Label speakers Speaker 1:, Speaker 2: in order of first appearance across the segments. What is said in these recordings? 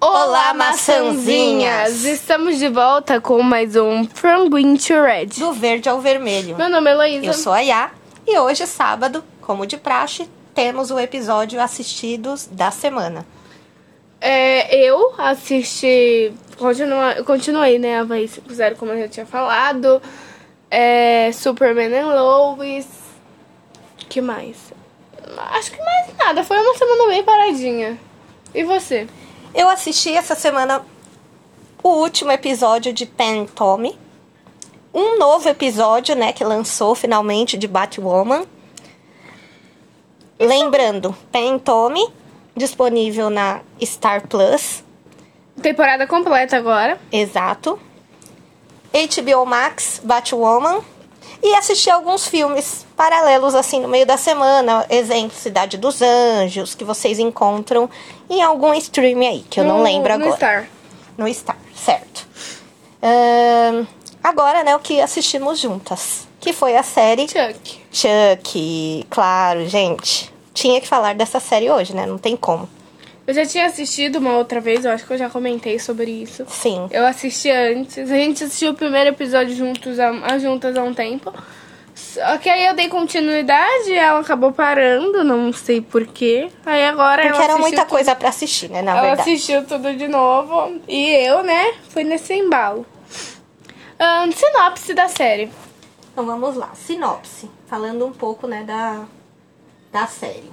Speaker 1: Olá, maçãzinhas!
Speaker 2: Estamos de volta com mais um From Green to Red.
Speaker 1: Do verde ao vermelho.
Speaker 2: Meu nome é Heloísa.
Speaker 1: Eu sou a Yá e hoje, sábado, como de praxe, temos o episódio Assistidos da Semana.
Speaker 2: É, eu assisti. Continua, eu continuei, né? Havaí 50, como eu já tinha falado. É, Superman and Lois. que mais? Acho que mais nada. Foi uma semana bem paradinha. E você?
Speaker 1: Eu assisti essa semana o último episódio de Pen Tommy. Um novo episódio, né, que lançou finalmente de Batwoman. Lembrando, Pen Tommy, disponível na Star Plus.
Speaker 2: Temporada completa agora.
Speaker 1: Exato. HBO Max, Batwoman. E assisti alguns filmes paralelos, assim, no meio da semana. Exemplo, Cidade dos Anjos, que vocês encontram em algum stream aí, que eu não
Speaker 2: No-
Speaker 1: lembro
Speaker 2: no
Speaker 1: agora.
Speaker 2: Star.
Speaker 1: No Star, certo. Ahn, agora, né, o que assistimos juntas. Que foi a série
Speaker 2: Chuck.
Speaker 1: Chuck. Claro, gente. Tinha que falar dessa série hoje, né? Não tem como.
Speaker 2: Eu já tinha assistido uma outra vez, eu acho que eu já comentei sobre isso.
Speaker 1: Sim.
Speaker 2: Eu assisti antes. A gente assistiu o primeiro episódio juntos há, há- juntas há um tempo. Só que aí eu dei continuidade, ela acabou parando, não sei porquê. Aí agora
Speaker 1: Porque
Speaker 2: ela
Speaker 1: era
Speaker 2: assistiu
Speaker 1: muita
Speaker 2: tudo-
Speaker 1: coisa pra assistir, né? Na
Speaker 2: Ela
Speaker 1: verdade.
Speaker 2: assistiu tudo de novo. E eu, né, fui nesse embalo. Ahn, sinopse da série.
Speaker 1: Então vamos lá. Sinopse. Falando um pouco, né, da, da série.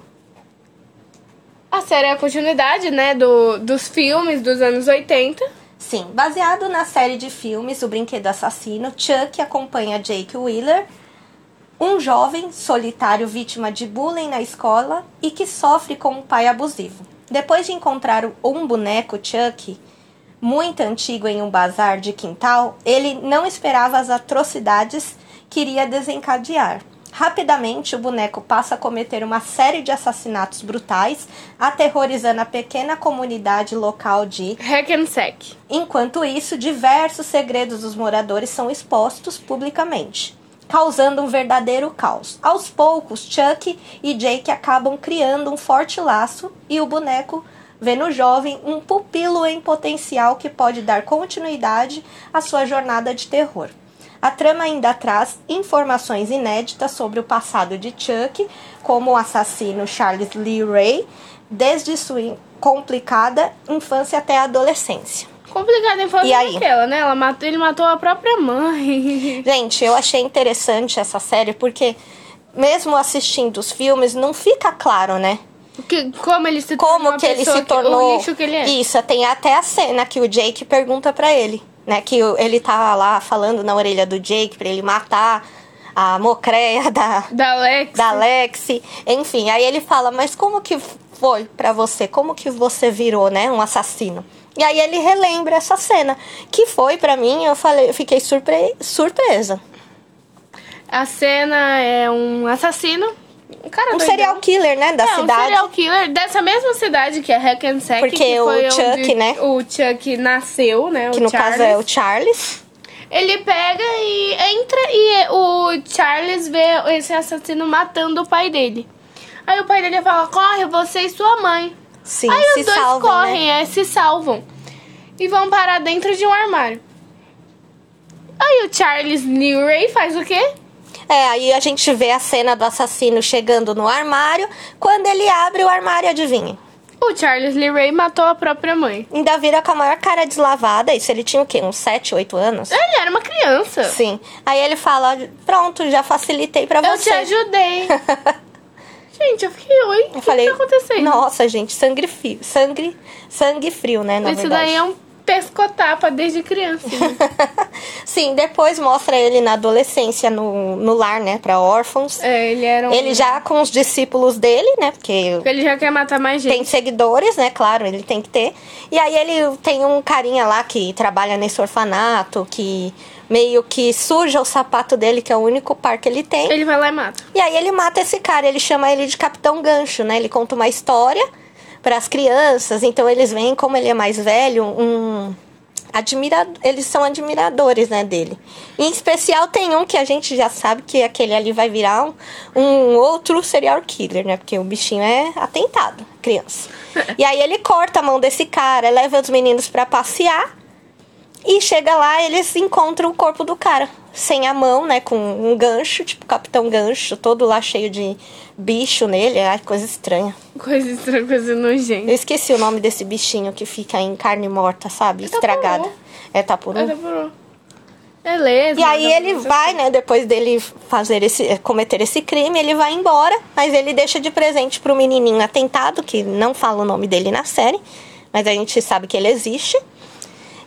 Speaker 2: A série é a continuidade, né, do, dos filmes dos anos 80.
Speaker 1: Sim, baseado na série de filmes O Brinquedo Assassino, Chuck acompanha Jake Wheeler, um jovem solitário vítima de bullying na escola e que sofre com um pai abusivo. Depois de encontrar um boneco Chuck muito antigo em um bazar de quintal, ele não esperava as atrocidades que iria desencadear. Rapidamente, o boneco passa a cometer uma série de assassinatos brutais, aterrorizando a pequena comunidade local de
Speaker 2: Hack and Sack.
Speaker 1: Enquanto isso, diversos segredos dos moradores são expostos publicamente, causando um verdadeiro caos. Aos poucos, Chuck e Jake acabam criando um forte laço e o boneco vê no jovem um pupilo em potencial que pode dar continuidade à sua jornada de terror. A trama ainda traz informações inéditas sobre o passado de Chuck, como o assassino Charles Lee Ray, desde sua complicada infância até a adolescência.
Speaker 2: Complicada em
Speaker 1: E
Speaker 2: família
Speaker 1: aí?
Speaker 2: aquela, né? Ela matou, ele matou a própria mãe.
Speaker 1: Gente, eu achei interessante essa série porque, mesmo assistindo os filmes, não fica claro, né?
Speaker 2: O Que, como ele se tornou
Speaker 1: Como
Speaker 2: a
Speaker 1: que ele
Speaker 2: pessoa
Speaker 1: se
Speaker 2: que-
Speaker 1: tornou.
Speaker 2: o lixo que ele é.
Speaker 1: Isso, tem até a cena que o Jake pergunta pra ele, né? Que o- ele tá lá falando na orelha do Jake pra ele matar a mocreia da,
Speaker 2: Da Alex.
Speaker 1: da Lexi. Enfim, aí ele fala, mas como que foi pra você? Como que você virou, né, um assassino? E aí ele relembra essa cena, que foi pra mim, eu falei, eu fiquei surpre- surpresa.
Speaker 2: A cena é um assassino. Um cara
Speaker 1: Um
Speaker 2: doidão.
Speaker 1: serial killer, né, da
Speaker 2: é,
Speaker 1: cidade.
Speaker 2: um serial killer dessa mesma cidade que é Hackensack.
Speaker 1: Porque
Speaker 2: que
Speaker 1: o
Speaker 2: foi
Speaker 1: Chuck,
Speaker 2: onde
Speaker 1: né?
Speaker 2: O Chuck nasceu, né?
Speaker 1: Que
Speaker 2: o
Speaker 1: no
Speaker 2: Charles.
Speaker 1: caso é o Charles.
Speaker 2: Ele pega e entra e o Charles vê esse assassino matando o pai dele. Aí o pai dele fala, corre, você e sua mãe.
Speaker 1: Sim,
Speaker 2: Aí
Speaker 1: se
Speaker 2: os dois
Speaker 1: salvam,
Speaker 2: correm,
Speaker 1: né?
Speaker 2: é, se salvam. E vão parar dentro de um armário. Aí o Charles Newray faz o quê?
Speaker 1: É, aí a gente vê a cena do assassino chegando no armário. Quando ele abre o armário, adivinha?
Speaker 2: O Charles Leray matou a própria mãe.
Speaker 1: Ainda vira com a maior cara deslavada. Isso ele tinha o quê? Uns 7, 8 anos?
Speaker 2: Ele era uma criança.
Speaker 1: Sim. Aí ele fala: pronto, já facilitei pra
Speaker 2: Eu
Speaker 1: você.
Speaker 2: te ajudei. Gente, eu fiquei, oi, o que,
Speaker 1: Eu falei,
Speaker 2: que tá acontecendo?
Speaker 1: Nossa, gente, sangue frio. Sangue, sangue frio, né? Na
Speaker 2: Isso
Speaker 1: verdade.
Speaker 2: daí é um pescotapa desde criança.
Speaker 1: Sim, depois mostra ele na adolescência, no, no lar, né? Pra órfãos.
Speaker 2: é, ele era um...
Speaker 1: Ele já com os discípulos dele, né? Porque
Speaker 2: Ele já quer matar mais gente.
Speaker 1: tem seguidores, né? Claro, ele tem que ter. E aí ele tem um carinha lá que trabalha nesse orfanato, que meio que suja o sapato dele, que é o único par que ele tem.
Speaker 2: Ele vai lá e mata.
Speaker 1: E aí ele mata esse cara, ele chama ele de Capitão Gancho, né? Ele conta uma história para as crianças, então eles veem como ele é mais velho, um admira eles são admiradores né, dele. Em especial tem um que a gente já sabe que aquele ali vai virar um, um outro serial killer, né? Porque o bichinho é atentado, criança. E aí ele corta a mão desse cara, leva os meninos para passear e chega lá eles encontram o corpo do cara sem a mão, né? Com um gancho, tipo Capitão Gancho, todo lá cheio de bicho nele. Ai, coisa estranha.
Speaker 2: Coisa estranha, coisa
Speaker 1: Eu
Speaker 2: nojenta.
Speaker 1: esqueci o nome desse bichinho que fica em carne morta, sabe?
Speaker 2: É tapuru.
Speaker 1: Estragada. É tapuru.
Speaker 2: Ela demorou. Beleza.
Speaker 1: E aí
Speaker 2: mas
Speaker 1: ele
Speaker 2: eu-
Speaker 1: vai, né, depois dele fazer esse, cometer esse crime, ele vai embora, mas ele deixa de presente pro menininho atentado, que não fala o nome dele na série, mas a gente sabe que ele existe.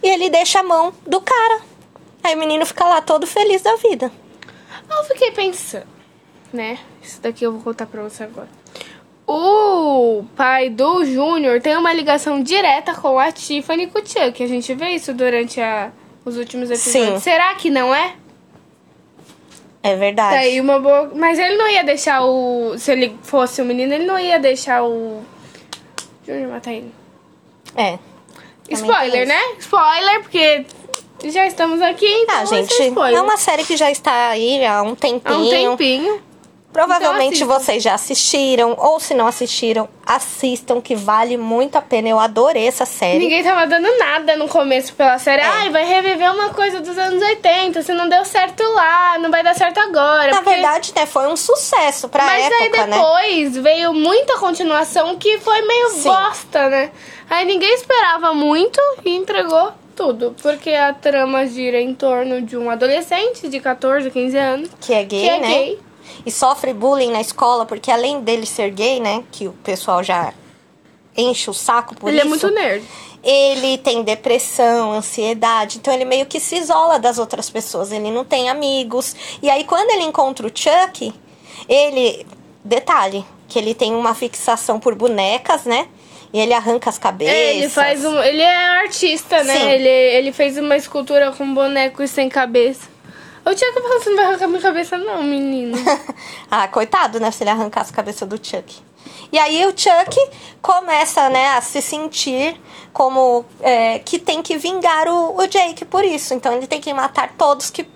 Speaker 1: E ele deixa a mão do cara. Aí o menino fica lá todo feliz da vida.
Speaker 2: Eu fiquei pensando, né? Isso daqui eu vou contar pra você agora. O pai do Júnior tem uma ligação direta com a Tiffany e com o Chuck. A gente vê isso durante a- os últimos episódios.
Speaker 1: Sim.
Speaker 2: Será que não é?
Speaker 1: É verdade.
Speaker 2: Daí uma boa. Mas ele não ia deixar o. Se ele fosse o menino, ele não ia deixar o. Júnior matar ele.
Speaker 1: É. tem
Speaker 2: Spoiler,
Speaker 1: isso.
Speaker 2: né? Spoiler, porque já estamos aqui. Então
Speaker 1: Ah,
Speaker 2: vai ser
Speaker 1: gente,
Speaker 2: spoiler.
Speaker 1: é uma série que já está aí há um tempinho.
Speaker 2: Há um tempinho.
Speaker 1: Provavelmente
Speaker 2: Então assistam.
Speaker 1: vocês já assistiram, ou se não assistiram, assistam, que vale muito a pena. Eu adorei essa série.
Speaker 2: Ninguém tava dando nada no começo pela
Speaker 1: É.
Speaker 2: série. Ai, vai reviver uma coisa dos anos 80. Se não deu certo lá, não vai dar certo agora.
Speaker 1: Na
Speaker 2: É porque-
Speaker 1: verdade, né, foi um sucesso pra
Speaker 2: Mas
Speaker 1: época,
Speaker 2: aí
Speaker 1: né?
Speaker 2: depois veio muita continuação que foi meio
Speaker 1: Sim.
Speaker 2: bosta, né? Aí ninguém esperava muito e entregou tudo. Porque a trama gira em torno de um adolescente de 14, 15 anos.
Speaker 1: Que é gay,
Speaker 2: que é
Speaker 1: né?
Speaker 2: gay.
Speaker 1: E sofre bullying na escola, porque além dele ser gay, né, que o pessoal já enche o saco por
Speaker 2: Ele
Speaker 1: isso.
Speaker 2: é muito nerd.
Speaker 1: Ele tem depressão, ansiedade, então ele meio que se isola das outras pessoas, ele não tem amigos. E aí quando ele encontra o Chuck, ele detalhe, que ele tem uma fixação por bonecas, né? E ele arranca as cabeças.
Speaker 2: Ele faz um. Ele é artista,
Speaker 1: Sim.
Speaker 2: né? Ele, ele fez uma escultura com bonecos sem cabeça. Eu tinha que falar, você não vai arrancar minha cabeça, não, menino.
Speaker 1: ah, coitado, né? Se ele arrancasse a cabeça do Chuck. E aí o Chuck começa, né, a se sentir como é, que tem que vingar o, o Jake por isso. Então ele tem que matar todos que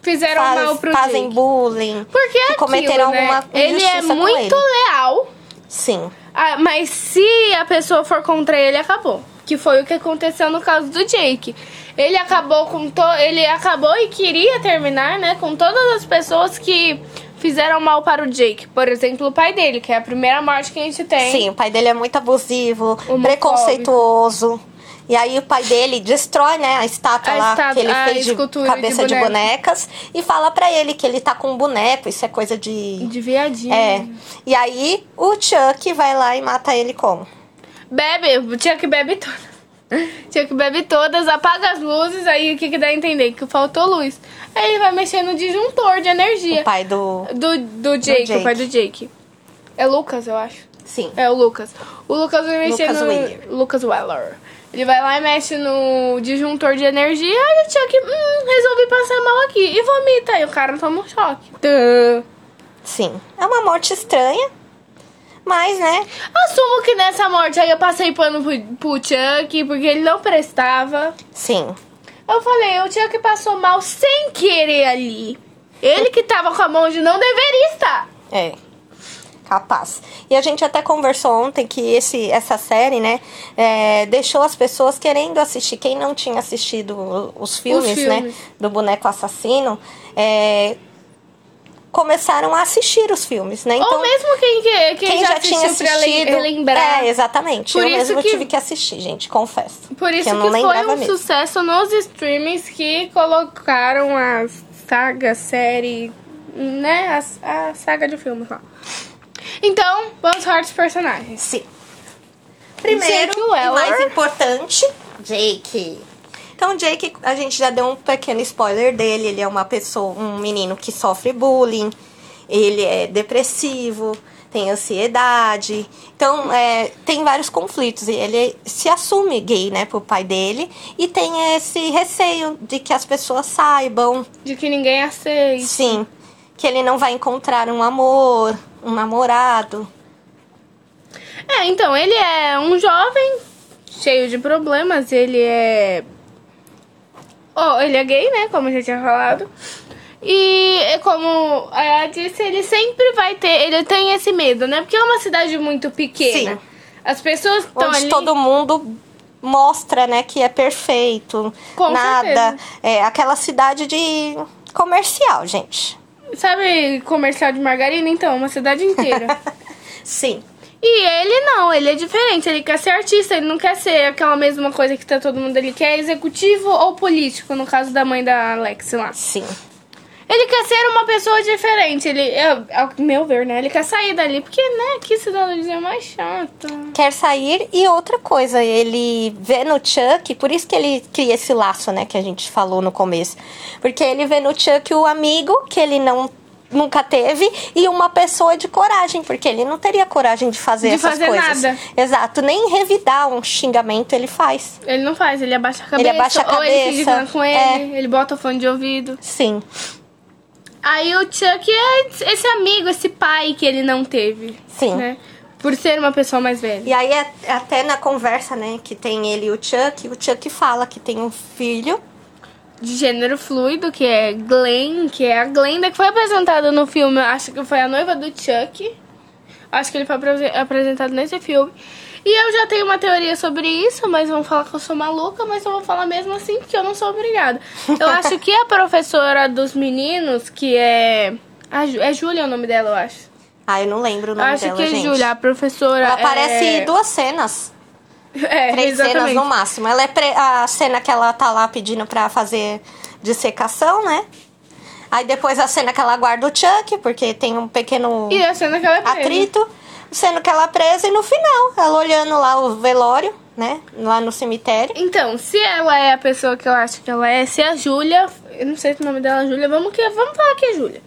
Speaker 2: Fizeram
Speaker 1: faz-
Speaker 2: um mal pro
Speaker 1: fazem
Speaker 2: Jake.
Speaker 1: bullying.
Speaker 2: Porque é
Speaker 1: que
Speaker 2: aquilo,
Speaker 1: cometeram
Speaker 2: né?
Speaker 1: alguma
Speaker 2: Ele é
Speaker 1: injustiça com
Speaker 2: muito
Speaker 1: ele.
Speaker 2: leal,
Speaker 1: Sim.
Speaker 2: ah, mas se a pessoa for contra ele, acabou. Que foi o que aconteceu no caso do Jake. Ele acabou com to... ele acabou e queria terminar, né, com todas as pessoas que fizeram mal para o Jake. Por exemplo, o pai dele, que é a primeira morte que a gente tem.
Speaker 1: Sim, o pai dele é muito abusivo,
Speaker 2: Homofóbico.
Speaker 1: preconceituoso. E aí o pai dele destrói, né, a estátua
Speaker 2: A
Speaker 1: lá
Speaker 2: estátua-
Speaker 1: que ele
Speaker 2: a
Speaker 1: fez de
Speaker 2: escultura de
Speaker 1: cabeça de,
Speaker 2: boneco.
Speaker 1: bonecas e fala pra ele que ele tá com um boneco, isso é coisa de
Speaker 2: De né? viadinho.
Speaker 1: É. E aí o Chuck vai lá e mata ele como?
Speaker 2: Bebe, tinha que beber todas. Tinha que beber todas, apaga as luzes, aí o que, que dá a entender? Que faltou luz. Aí ele vai mexer no disjuntor de energia.
Speaker 1: O pai do.
Speaker 2: Do, do, Jake,
Speaker 1: Jake.
Speaker 2: o pai do Jake. É Lucas, eu acho.
Speaker 1: Sim.
Speaker 2: É o Lucas. O Lucas vai mexer
Speaker 1: Lucas
Speaker 2: no.
Speaker 1: Weller.
Speaker 2: Lucas Weller. Ele vai lá e mexe no disjuntor de energia. Aí o Chuck, hum, resolvi passar mal aqui. E vomita. E o cara toma um choque. Tã.
Speaker 1: Sim. É uma morte estranha. Mas, né?
Speaker 2: Assumo que nessa morte aí eu passei pano pro, pro Chuck, porque ele não prestava.
Speaker 1: Sim.
Speaker 2: Eu falei, o Chuck passou mal sem querer ali. Ele que tava com a mão de não deveria estar.
Speaker 1: É. Capaz. E a gente até conversou ontem que esse, essa série, né? é, deixou as pessoas querendo assistir. Quem não tinha assistido o- os filmes, né?
Speaker 2: filmes.
Speaker 1: Do boneco assassino. é, começaram a assistir os filmes, né? Então,
Speaker 2: Ou mesmo quem, que- quem,
Speaker 1: quem
Speaker 2: já,
Speaker 1: já,
Speaker 2: assistiu
Speaker 1: tinha
Speaker 2: pra lem-
Speaker 1: assistido.
Speaker 2: relembrar.
Speaker 1: É, exatamente.
Speaker 2: Por
Speaker 1: eu
Speaker 2: isso
Speaker 1: mesmo
Speaker 2: que-
Speaker 1: tive que assistir, gente, confesso.
Speaker 2: Por isso
Speaker 1: eu não
Speaker 2: que foi
Speaker 1: lembrava
Speaker 2: um
Speaker 1: mesmo.
Speaker 2: sucesso nos streamings que colocaram a saga, série, né? A, a saga de filmes lá. Então, vamos falar dos personagens.
Speaker 1: Sim. Primeiro,
Speaker 2: Jake
Speaker 1: e
Speaker 2: Weller.
Speaker 1: mais importante, Jake. Então, Jake, a gente já deu um pequeno spoiler dele. Ele é uma pessoa, um menino que sofre bullying. Ele é depressivo, tem ansiedade. Então, é, tem vários conflitos. E Ele se assume gay, né, pro pai dele. E tem esse receio de que as pessoas saibam.
Speaker 2: De que ninguém aceita.
Speaker 1: Sim. Que ele não vai encontrar um amor, um namorado.
Speaker 2: É, então, ele é um jovem cheio de problemas, ele é Oh, ele é gay, né? Como eu já tinha falado. E é como a Yara disse, ele sempre vai ter, ele tem esse medo, né? Porque é uma cidade muito pequena.
Speaker 1: Sim.
Speaker 2: As pessoas que estão
Speaker 1: Onde
Speaker 2: Então ali.
Speaker 1: todo mundo mostra, né, que é perfeito,
Speaker 2: Com
Speaker 1: nada.
Speaker 2: certeza.
Speaker 1: É aquela cidade de comercial, gente.
Speaker 2: Sabe comercial de margarina? Então, uma cidade inteira.
Speaker 1: Sim.
Speaker 2: E ele não, ele é diferente, ele quer ser artista, ele não quer ser aquela mesma coisa que tá todo mundo, ele quer executivo ou político, no caso da mãe da Alex lá.
Speaker 1: Sim.
Speaker 2: Ele quer ser uma pessoa diferente, ele, eu- ao meu ver, né, ele quer sair dali, porque, né, que cidadania é mais chata.
Speaker 1: Quer sair e outra coisa, ele vê no Chuck, por isso que ele cria esse laço, né, que a gente falou no começo. Porque ele vê no Chuck o amigo que ele não nunca teve e uma pessoa de coragem, porque ele não teria coragem de fazer
Speaker 2: De
Speaker 1: essas
Speaker 2: fazer
Speaker 1: coisas.
Speaker 2: nada.
Speaker 1: Exato, nem revidar um xingamento ele faz.
Speaker 2: Ele não faz, ele abaixa a cabeça,
Speaker 1: abaixa a
Speaker 2: ou ele
Speaker 1: cabeça,
Speaker 2: se divina com ele,
Speaker 1: é.
Speaker 2: ele bota o fone de ouvido.
Speaker 1: Sim.
Speaker 2: Aí o Chuck é esse- esse amigo, esse pai que ele não teve,
Speaker 1: Sim.
Speaker 2: né, por ser uma pessoa mais velha.
Speaker 1: E aí, a- até na conversa, né, que tem ele e o Chuck, o Chuck fala que tem um filho.
Speaker 2: de gênero fluido, que é Glenn, que é a Glenda que foi apresentada no filme, eu acho que foi a noiva do Chuck. Acho que ele foi apresen- apresentado nesse filme. E eu já tenho uma teoria sobre isso, mas vão falar que eu sou maluca, mas eu vou falar mesmo assim, porque eu não sou obrigada. Eu acho que a professora dos meninos, que é. a Ju- é Júlia o nome dela, eu acho.
Speaker 1: Ah, eu não lembro o
Speaker 2: Eu
Speaker 1: nome
Speaker 2: acho
Speaker 1: dela,
Speaker 2: que é
Speaker 1: gente.
Speaker 2: Júlia, a professora.
Speaker 1: Ela aparece
Speaker 2: é...
Speaker 1: duas cenas.
Speaker 2: é,
Speaker 1: Três cenas
Speaker 2: exatamente.
Speaker 1: no máximo. Ela é pre- a cena que ela tá lá pedindo pra fazer dissecação, né? Aí depois a cena que ela guarda o Chuck, porque tem um pequeno
Speaker 2: E a cena que ela é presa.
Speaker 1: atrito, sendo que ela é presa e no final, ela olhando lá o velório, né? Lá no cemitério.
Speaker 2: Então, se ela é a pessoa que eu acho que ela é, se a Júlia, eu não sei se o nome dela é Júlia, vamos que vamos falar que é Júlia.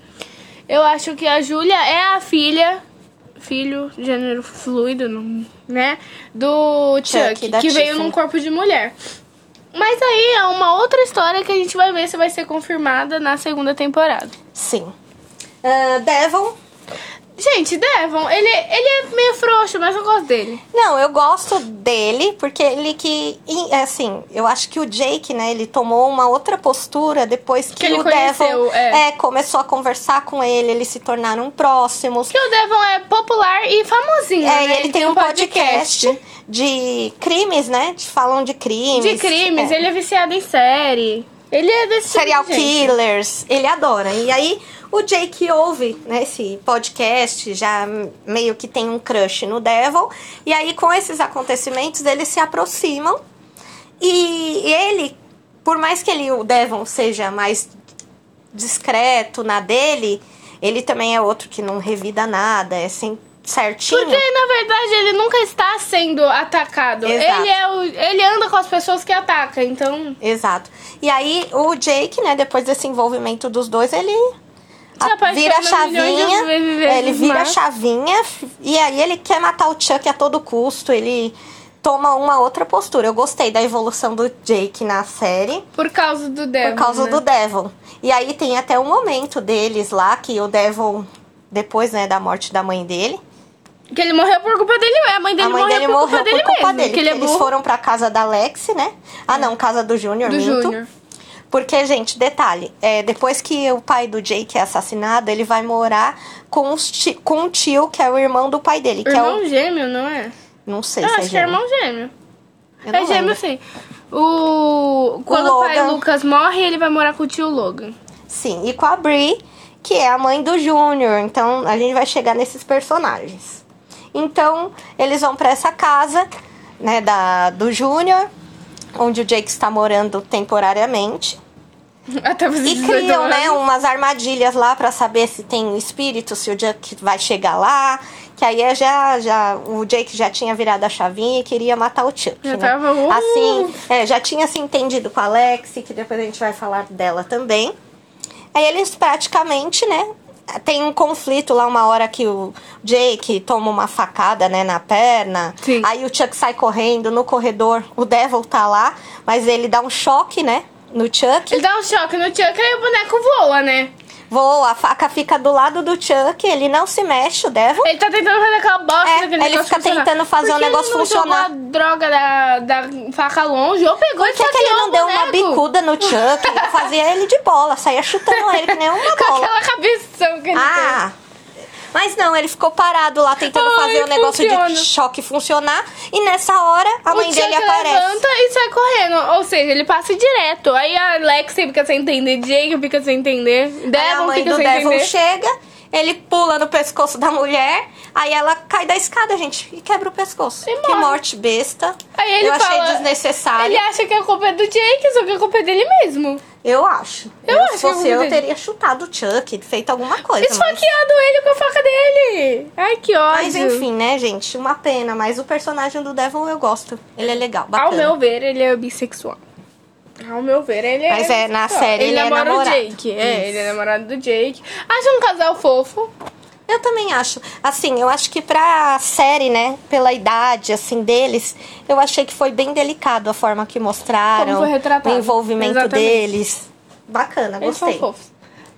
Speaker 2: Eu acho que a Júlia é a filha, filho, gênero fluido, não- né, do Chuck,
Speaker 1: Chuck, da
Speaker 2: que veio
Speaker 1: Tiffany.
Speaker 2: num corpo de mulher. Mas aí é uma outra história que a gente vai ver se vai ser confirmada na segunda temporada.
Speaker 1: Sim. Ah, Devon.
Speaker 2: Gente, Devon, ele, ele é meio frouxo, mas eu gosto dele.
Speaker 1: Não, eu gosto dele, porque ele que. e, Assim, eu acho que o Jake, né, ele tomou uma outra postura depois que,
Speaker 2: Que ele
Speaker 1: o
Speaker 2: conheceu,
Speaker 1: Devon
Speaker 2: é.
Speaker 1: é, começou a conversar com ele, eles se tornaram próximos.
Speaker 2: Porque o Devon é popular e famosinho, né?
Speaker 1: É, e ele, tem, um podcast, de crimes, né? De falam de crimes.
Speaker 2: De crimes,
Speaker 1: é,
Speaker 2: ele é viciado em série. Ele é desse
Speaker 1: Serial
Speaker 2: tipo de gente.
Speaker 1: killers, ele adora. E aí o Jake ouve né, esse podcast, já meio que tem um crush no Devil. E aí, com esses acontecimentos, eles se aproximam. E ele, por mais que ele, o Devon seja mais discreto na dele, ele também é outro que não revida nada, é sem, certinho.
Speaker 2: Porque, na verdade, ele nunca está sendo atacado.
Speaker 1: Exato.
Speaker 2: Ele é o, ele anda com as pessoas que atacam, então
Speaker 1: Exato. E aí o Jake, né, depois desse envolvimento dos dois, ele
Speaker 2: Se
Speaker 1: a-
Speaker 2: apaixona
Speaker 1: vira a
Speaker 2: milhões
Speaker 1: chavinha.
Speaker 2: de vezes,
Speaker 1: Ele vira a
Speaker 2: mas-
Speaker 1: chavinha f- e aí ele quer matar o Chuck a todo custo, ele toma uma outra postura. Eu gostei da evolução do Jake na série.
Speaker 2: por causa do Devon.
Speaker 1: Por causa
Speaker 2: né?
Speaker 1: do Devon. E aí tem até um momento deles lá que o Devon, depois né, da morte da mãe dele,
Speaker 2: Que ele morreu por culpa dele, a mãe dele
Speaker 1: a mãe
Speaker 2: morreu
Speaker 1: dele
Speaker 2: por culpa
Speaker 1: morreu
Speaker 2: dele
Speaker 1: por culpa
Speaker 2: mesmo.
Speaker 1: dele.
Speaker 2: Que ele é
Speaker 1: eles
Speaker 2: burro É.
Speaker 1: foram pra casa da Lexi, né? Ah, não, casa do Júnior
Speaker 2: do
Speaker 1: Minto.
Speaker 2: Júnior.
Speaker 1: Porque, gente, detalhe, é, depois que o pai do Jake é assassinado, ele vai morar com, os ti- com um tio, que é o irmão do pai dele, que
Speaker 2: Irmão
Speaker 1: é o.
Speaker 2: gêmeo, não é?
Speaker 1: Não sei
Speaker 2: Eu
Speaker 1: se
Speaker 2: acho
Speaker 1: é
Speaker 2: que é
Speaker 1: gêmeo.
Speaker 2: irmão gêmeo.
Speaker 1: Eu
Speaker 2: é
Speaker 1: não
Speaker 2: gêmeo,
Speaker 1: lembro.
Speaker 2: sim. O... Quando o pai
Speaker 1: Logan.
Speaker 2: Lucas morre, ele vai morar com o tio Logan.
Speaker 1: Sim, e com a Brie, que é a mãe do Júnior. Então, a gente vai chegar nesses personagens. Então, eles vão pra essa casa, né, da, do Júnior, onde o Jake está morando temporariamente.
Speaker 2: Até você
Speaker 1: E
Speaker 2: então,
Speaker 1: criam, né,
Speaker 2: é.
Speaker 1: umas armadilhas lá pra saber se tem um espírito, se o Jake vai chegar lá. Que aí é já, já o Jake já tinha virado a chavinha e queria matar o Chuck.
Speaker 2: Já
Speaker 1: né?
Speaker 2: tava, uh!
Speaker 1: Assim, é, já tinha se entendido com a Alex, que depois a gente vai falar dela também. Aí eles praticamente, né? Tem um conflito lá, uma hora que o Jake toma uma facada, né, na perna.
Speaker 2: Sim.
Speaker 1: Aí o Chuck sai correndo no corredor. O Devil tá lá, mas ele dá um choque, né? No Chuck.
Speaker 2: Ele dá um choque no Chuck e o boneco voa, né?
Speaker 1: Voa, a faca fica do lado do Chuck, ele não se mexe, o Devon.
Speaker 2: Ele tá tentando fazer aquela bosta
Speaker 1: É,
Speaker 2: daquele
Speaker 1: ele
Speaker 2: negócio
Speaker 1: fica
Speaker 2: funcionar.
Speaker 1: tentando fazer
Speaker 2: Por
Speaker 1: o
Speaker 2: que
Speaker 1: negócio
Speaker 2: ele não jogou
Speaker 1: funcionar?
Speaker 2: a droga da, da faca longe ou pegou e
Speaker 1: Por que, que ele
Speaker 2: saqueou
Speaker 1: não
Speaker 2: o
Speaker 1: deu uma
Speaker 2: boneco?
Speaker 1: bicuda no Chuck? Ele fazia ele de bola, saía chutando ele que nem uma
Speaker 2: Com
Speaker 1: bola.
Speaker 2: aquela cabeção que ele tem.
Speaker 1: Ah! Mas não, ele ficou parado lá tentando
Speaker 2: Ai,
Speaker 1: fazer o negócio
Speaker 2: funciona.
Speaker 1: de choque funcionar. E nessa hora, a mãe
Speaker 2: o
Speaker 1: dele
Speaker 2: Chuck é
Speaker 1: aparece.
Speaker 2: levanta e sai correndo. Ou seja, ele passa direto. Aí a Lexi fica sem entender, Jake fica sem entender,
Speaker 1: Aí a
Speaker 2: Devon
Speaker 1: mãe
Speaker 2: fica
Speaker 1: do
Speaker 2: sem
Speaker 1: Devon
Speaker 2: entender.
Speaker 1: chega, ele pula no pescoço da mulher, aí ela cai da escada, gente, e quebra o pescoço.
Speaker 2: E
Speaker 1: Que
Speaker 2: morre.
Speaker 1: morte besta.
Speaker 2: Aí ele
Speaker 1: Eu achei
Speaker 2: fala-
Speaker 1: desnecessário.
Speaker 2: Ele acha que a culpa é do Jake, só que a culpa é dele mesmo.
Speaker 1: Eu acho.
Speaker 2: Eu acho
Speaker 1: se
Speaker 2: que é eu
Speaker 1: fosse eu,
Speaker 2: entendi.
Speaker 1: teria chutado o Chuck, feito alguma coisa. mas-
Speaker 2: Esfaqueado ele com a faca dele. Ai, que ódio.
Speaker 1: Mas enfim, né, gente? Uma pena. Mas o personagem do Devon eu gosto. Ele é legal, bacana.
Speaker 2: Ao meu ver, ele é bissexual. Ao meu ver, ele é.
Speaker 1: Mas é, na
Speaker 2: bissexual.
Speaker 1: série ele é
Speaker 2: namora
Speaker 1: namorado.
Speaker 2: o Jake. É,
Speaker 1: Isso.
Speaker 2: ele é namorado do Jake. Acho um casal fofo.
Speaker 1: Eu também acho. Assim, eu acho que pra série, né? Pela idade, assim, deles, eu achei que foi bem delicado a forma que mostraram.
Speaker 2: Como foi retratado.
Speaker 1: O envolvimento
Speaker 2: Exatamente.
Speaker 1: deles. Bacana,
Speaker 2: Eles são
Speaker 1: gostei.
Speaker 2: fofos.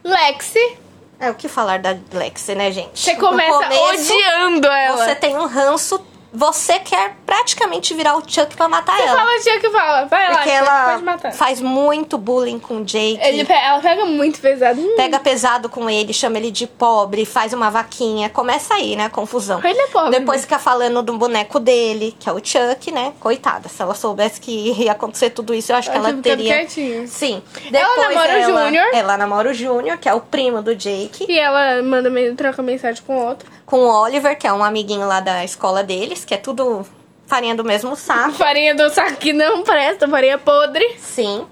Speaker 2: Lexi,
Speaker 1: É o que falar da Lexi, né, gente?
Speaker 2: você
Speaker 1: No
Speaker 2: começa
Speaker 1: começo,
Speaker 2: odiando ela.
Speaker 1: Você tem um ranço. Você quer praticamente virar o Chuck pra matar
Speaker 2: Você
Speaker 1: ela.
Speaker 2: fala, Jake fala. Vai lá, Chuck,
Speaker 1: porque É ela
Speaker 2: pode matar.
Speaker 1: faz muito bullying com o Jake.
Speaker 2: Ele pe- ela pega muito pesado. Hum,
Speaker 1: pega pesado com ele, chama ele de pobre, faz uma vaquinha, começa aí, né, a confusão.
Speaker 2: Ele é pobre.
Speaker 1: Depois fica falando do boneco dele, que é o Chuck, né? Coitada, se ela soubesse que ia acontecer tudo isso, eu acho que
Speaker 2: Ela
Speaker 1: ela
Speaker 2: fica
Speaker 1: teria.
Speaker 2: quietinha.
Speaker 1: Sim.
Speaker 2: Ela namora o Júnior.
Speaker 1: Ela namora o Júnior, que é o primo do Jake,
Speaker 2: E ela manda, me- troca mensagem com outro.
Speaker 1: com o Oliver, que é um amiguinho lá da escola deles, que é tudo farinha do mesmo saco.
Speaker 2: Farinha do saco que não presta, farinha é podre.
Speaker 1: Sim.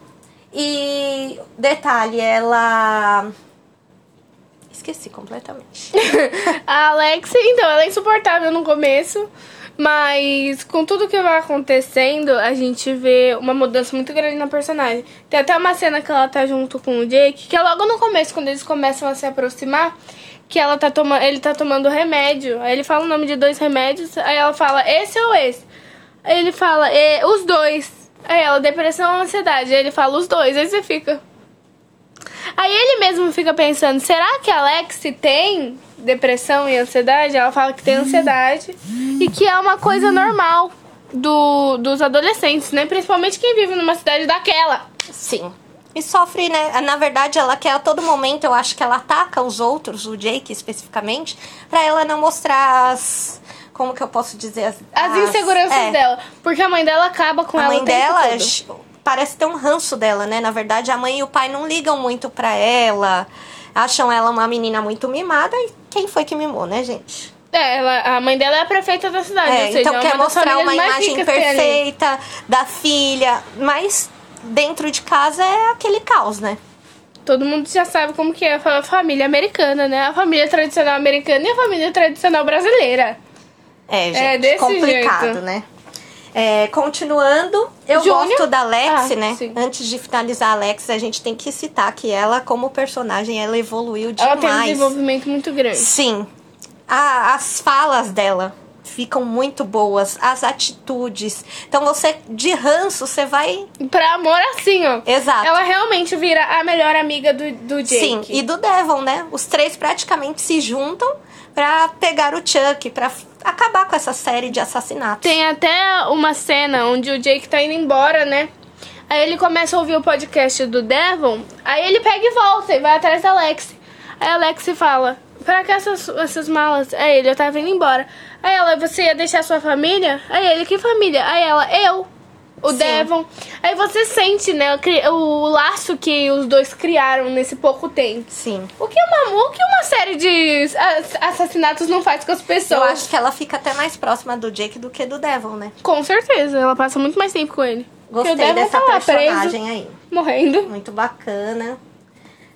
Speaker 1: E detalhe, ela. Esqueci completamente.
Speaker 2: A Alex, então, ela é insuportável no começo, mas com tudo que vai acontecendo, a gente vê uma mudança muito grande na personagem. Tem até uma cena que ela tá junto com o Jake, que é logo no começo, quando eles começam a se aproximar, que ela tá toma ele tá tomando remédio. Aí ele fala o nome de dois remédios, aí ela fala esse ou esse. Aí ele fala, "É, os dois. Aí ela, depressão ou ansiedade. Aí ele fala os dois, aí você fica. Aí ele mesmo fica pensando, será que a Alex tem depressão e ansiedade? Ela fala que tem ansiedade e que é uma coisa normal do, dos adolescentes, né? Principalmente quem vive numa cidade daquela.
Speaker 1: Sim. E sofre, né? Na verdade, ela quer a todo momento, eu acho que ela ataca os outros, o Jake especificamente, pra ela não mostrar as. Como que eu posso dizer? As,
Speaker 2: As
Speaker 1: as-
Speaker 2: inseguranças
Speaker 1: é,
Speaker 2: dela. Porque a mãe dela acaba com
Speaker 1: A
Speaker 2: ela
Speaker 1: mãe
Speaker 2: o tempo
Speaker 1: dela
Speaker 2: todo.
Speaker 1: ch- parece ter um ranço dela, né? Na verdade, a mãe e o pai não ligam muito pra ela. Acham ela uma menina muito mimada e quem foi que mimou, né, gente?
Speaker 2: É, ela- a mãe dela é a prefeita da cidade.
Speaker 1: É,
Speaker 2: ou seja,
Speaker 1: então
Speaker 2: é uma
Speaker 1: quer
Speaker 2: das
Speaker 1: mostrar
Speaker 2: famílias
Speaker 1: uma
Speaker 2: mais
Speaker 1: imagem
Speaker 2: ricas que tem ali.
Speaker 1: perfeita da filha, mas dentro de casa é aquele caos, né?
Speaker 2: Todo mundo já sabe como que é a fa- família americana, né? A família tradicional americana e a família tradicional brasileira.
Speaker 1: É, gente,
Speaker 2: desse
Speaker 1: complicado,
Speaker 2: jeito.
Speaker 1: né? É, continuando, eu
Speaker 2: Júnior?
Speaker 1: gosto da Alex,
Speaker 2: Ah,
Speaker 1: né?
Speaker 2: sim.
Speaker 1: Antes de finalizar a Alex, a gente tem que citar que ela, como personagem, ela evoluiu
Speaker 2: Ela tem um
Speaker 1: demais.
Speaker 2: desenvolvimento muito grande.
Speaker 1: Sim. A- as falas dela ficam muito boas, as atitudes. Então você, de ranço, você vai.
Speaker 2: Pra amor assim, ó.
Speaker 1: Exato.
Speaker 2: Ela realmente vira a melhor amiga do, do Jake.
Speaker 1: Sim, e do Devon, né? Os três praticamente se juntam pra pegar o Chuck, pra f- acabar com essa série de assassinatos.
Speaker 2: Tem até uma cena onde o Jake tá indo embora, né? Aí ele começa a ouvir o podcast do Devon, aí ele pega e volta e vai atrás da Lexi. Aí a Lexi fala, pra que essas, essas malas? Aí ele, eu tava indo embora. Aí ela, você ia deixar sua família? Aí ele, que família? Aí ela, eu. O
Speaker 1: Sim.
Speaker 2: Devon. Aí você sente, né, o cri- o laço que os dois criaram nesse pouco tempo.
Speaker 1: Sim.
Speaker 2: O que é uma, o que uma série de ass- assassinatos não faz com as
Speaker 1: Eu
Speaker 2: pessoas?
Speaker 1: acho que ela fica até mais próxima do Jake do que do Devon, né?
Speaker 2: Com certeza, ela passa muito mais tempo com ele.
Speaker 1: Gostei
Speaker 2: Porque o Devon
Speaker 1: dessa
Speaker 2: tá lá
Speaker 1: personagem
Speaker 2: preso,
Speaker 1: aí.
Speaker 2: morrendo.
Speaker 1: Muito bacana.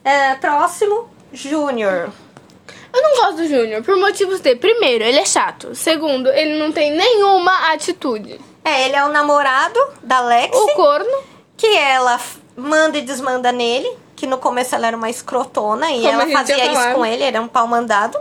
Speaker 1: É, próximo, Júnior.
Speaker 2: Eu não gosto do Júnior por motivos de primeiro, ele é chato. Segundo, ele não tem nenhuma atitude.
Speaker 1: É, ele é o namorado da Lexi,
Speaker 2: O corno,
Speaker 1: que ela f- manda e desmanda nele. Que no começo ela era uma escrotona e
Speaker 2: Como a
Speaker 1: ela
Speaker 2: gente já
Speaker 1: fazia isso
Speaker 2: falava.
Speaker 1: com ele, era um pau mandado.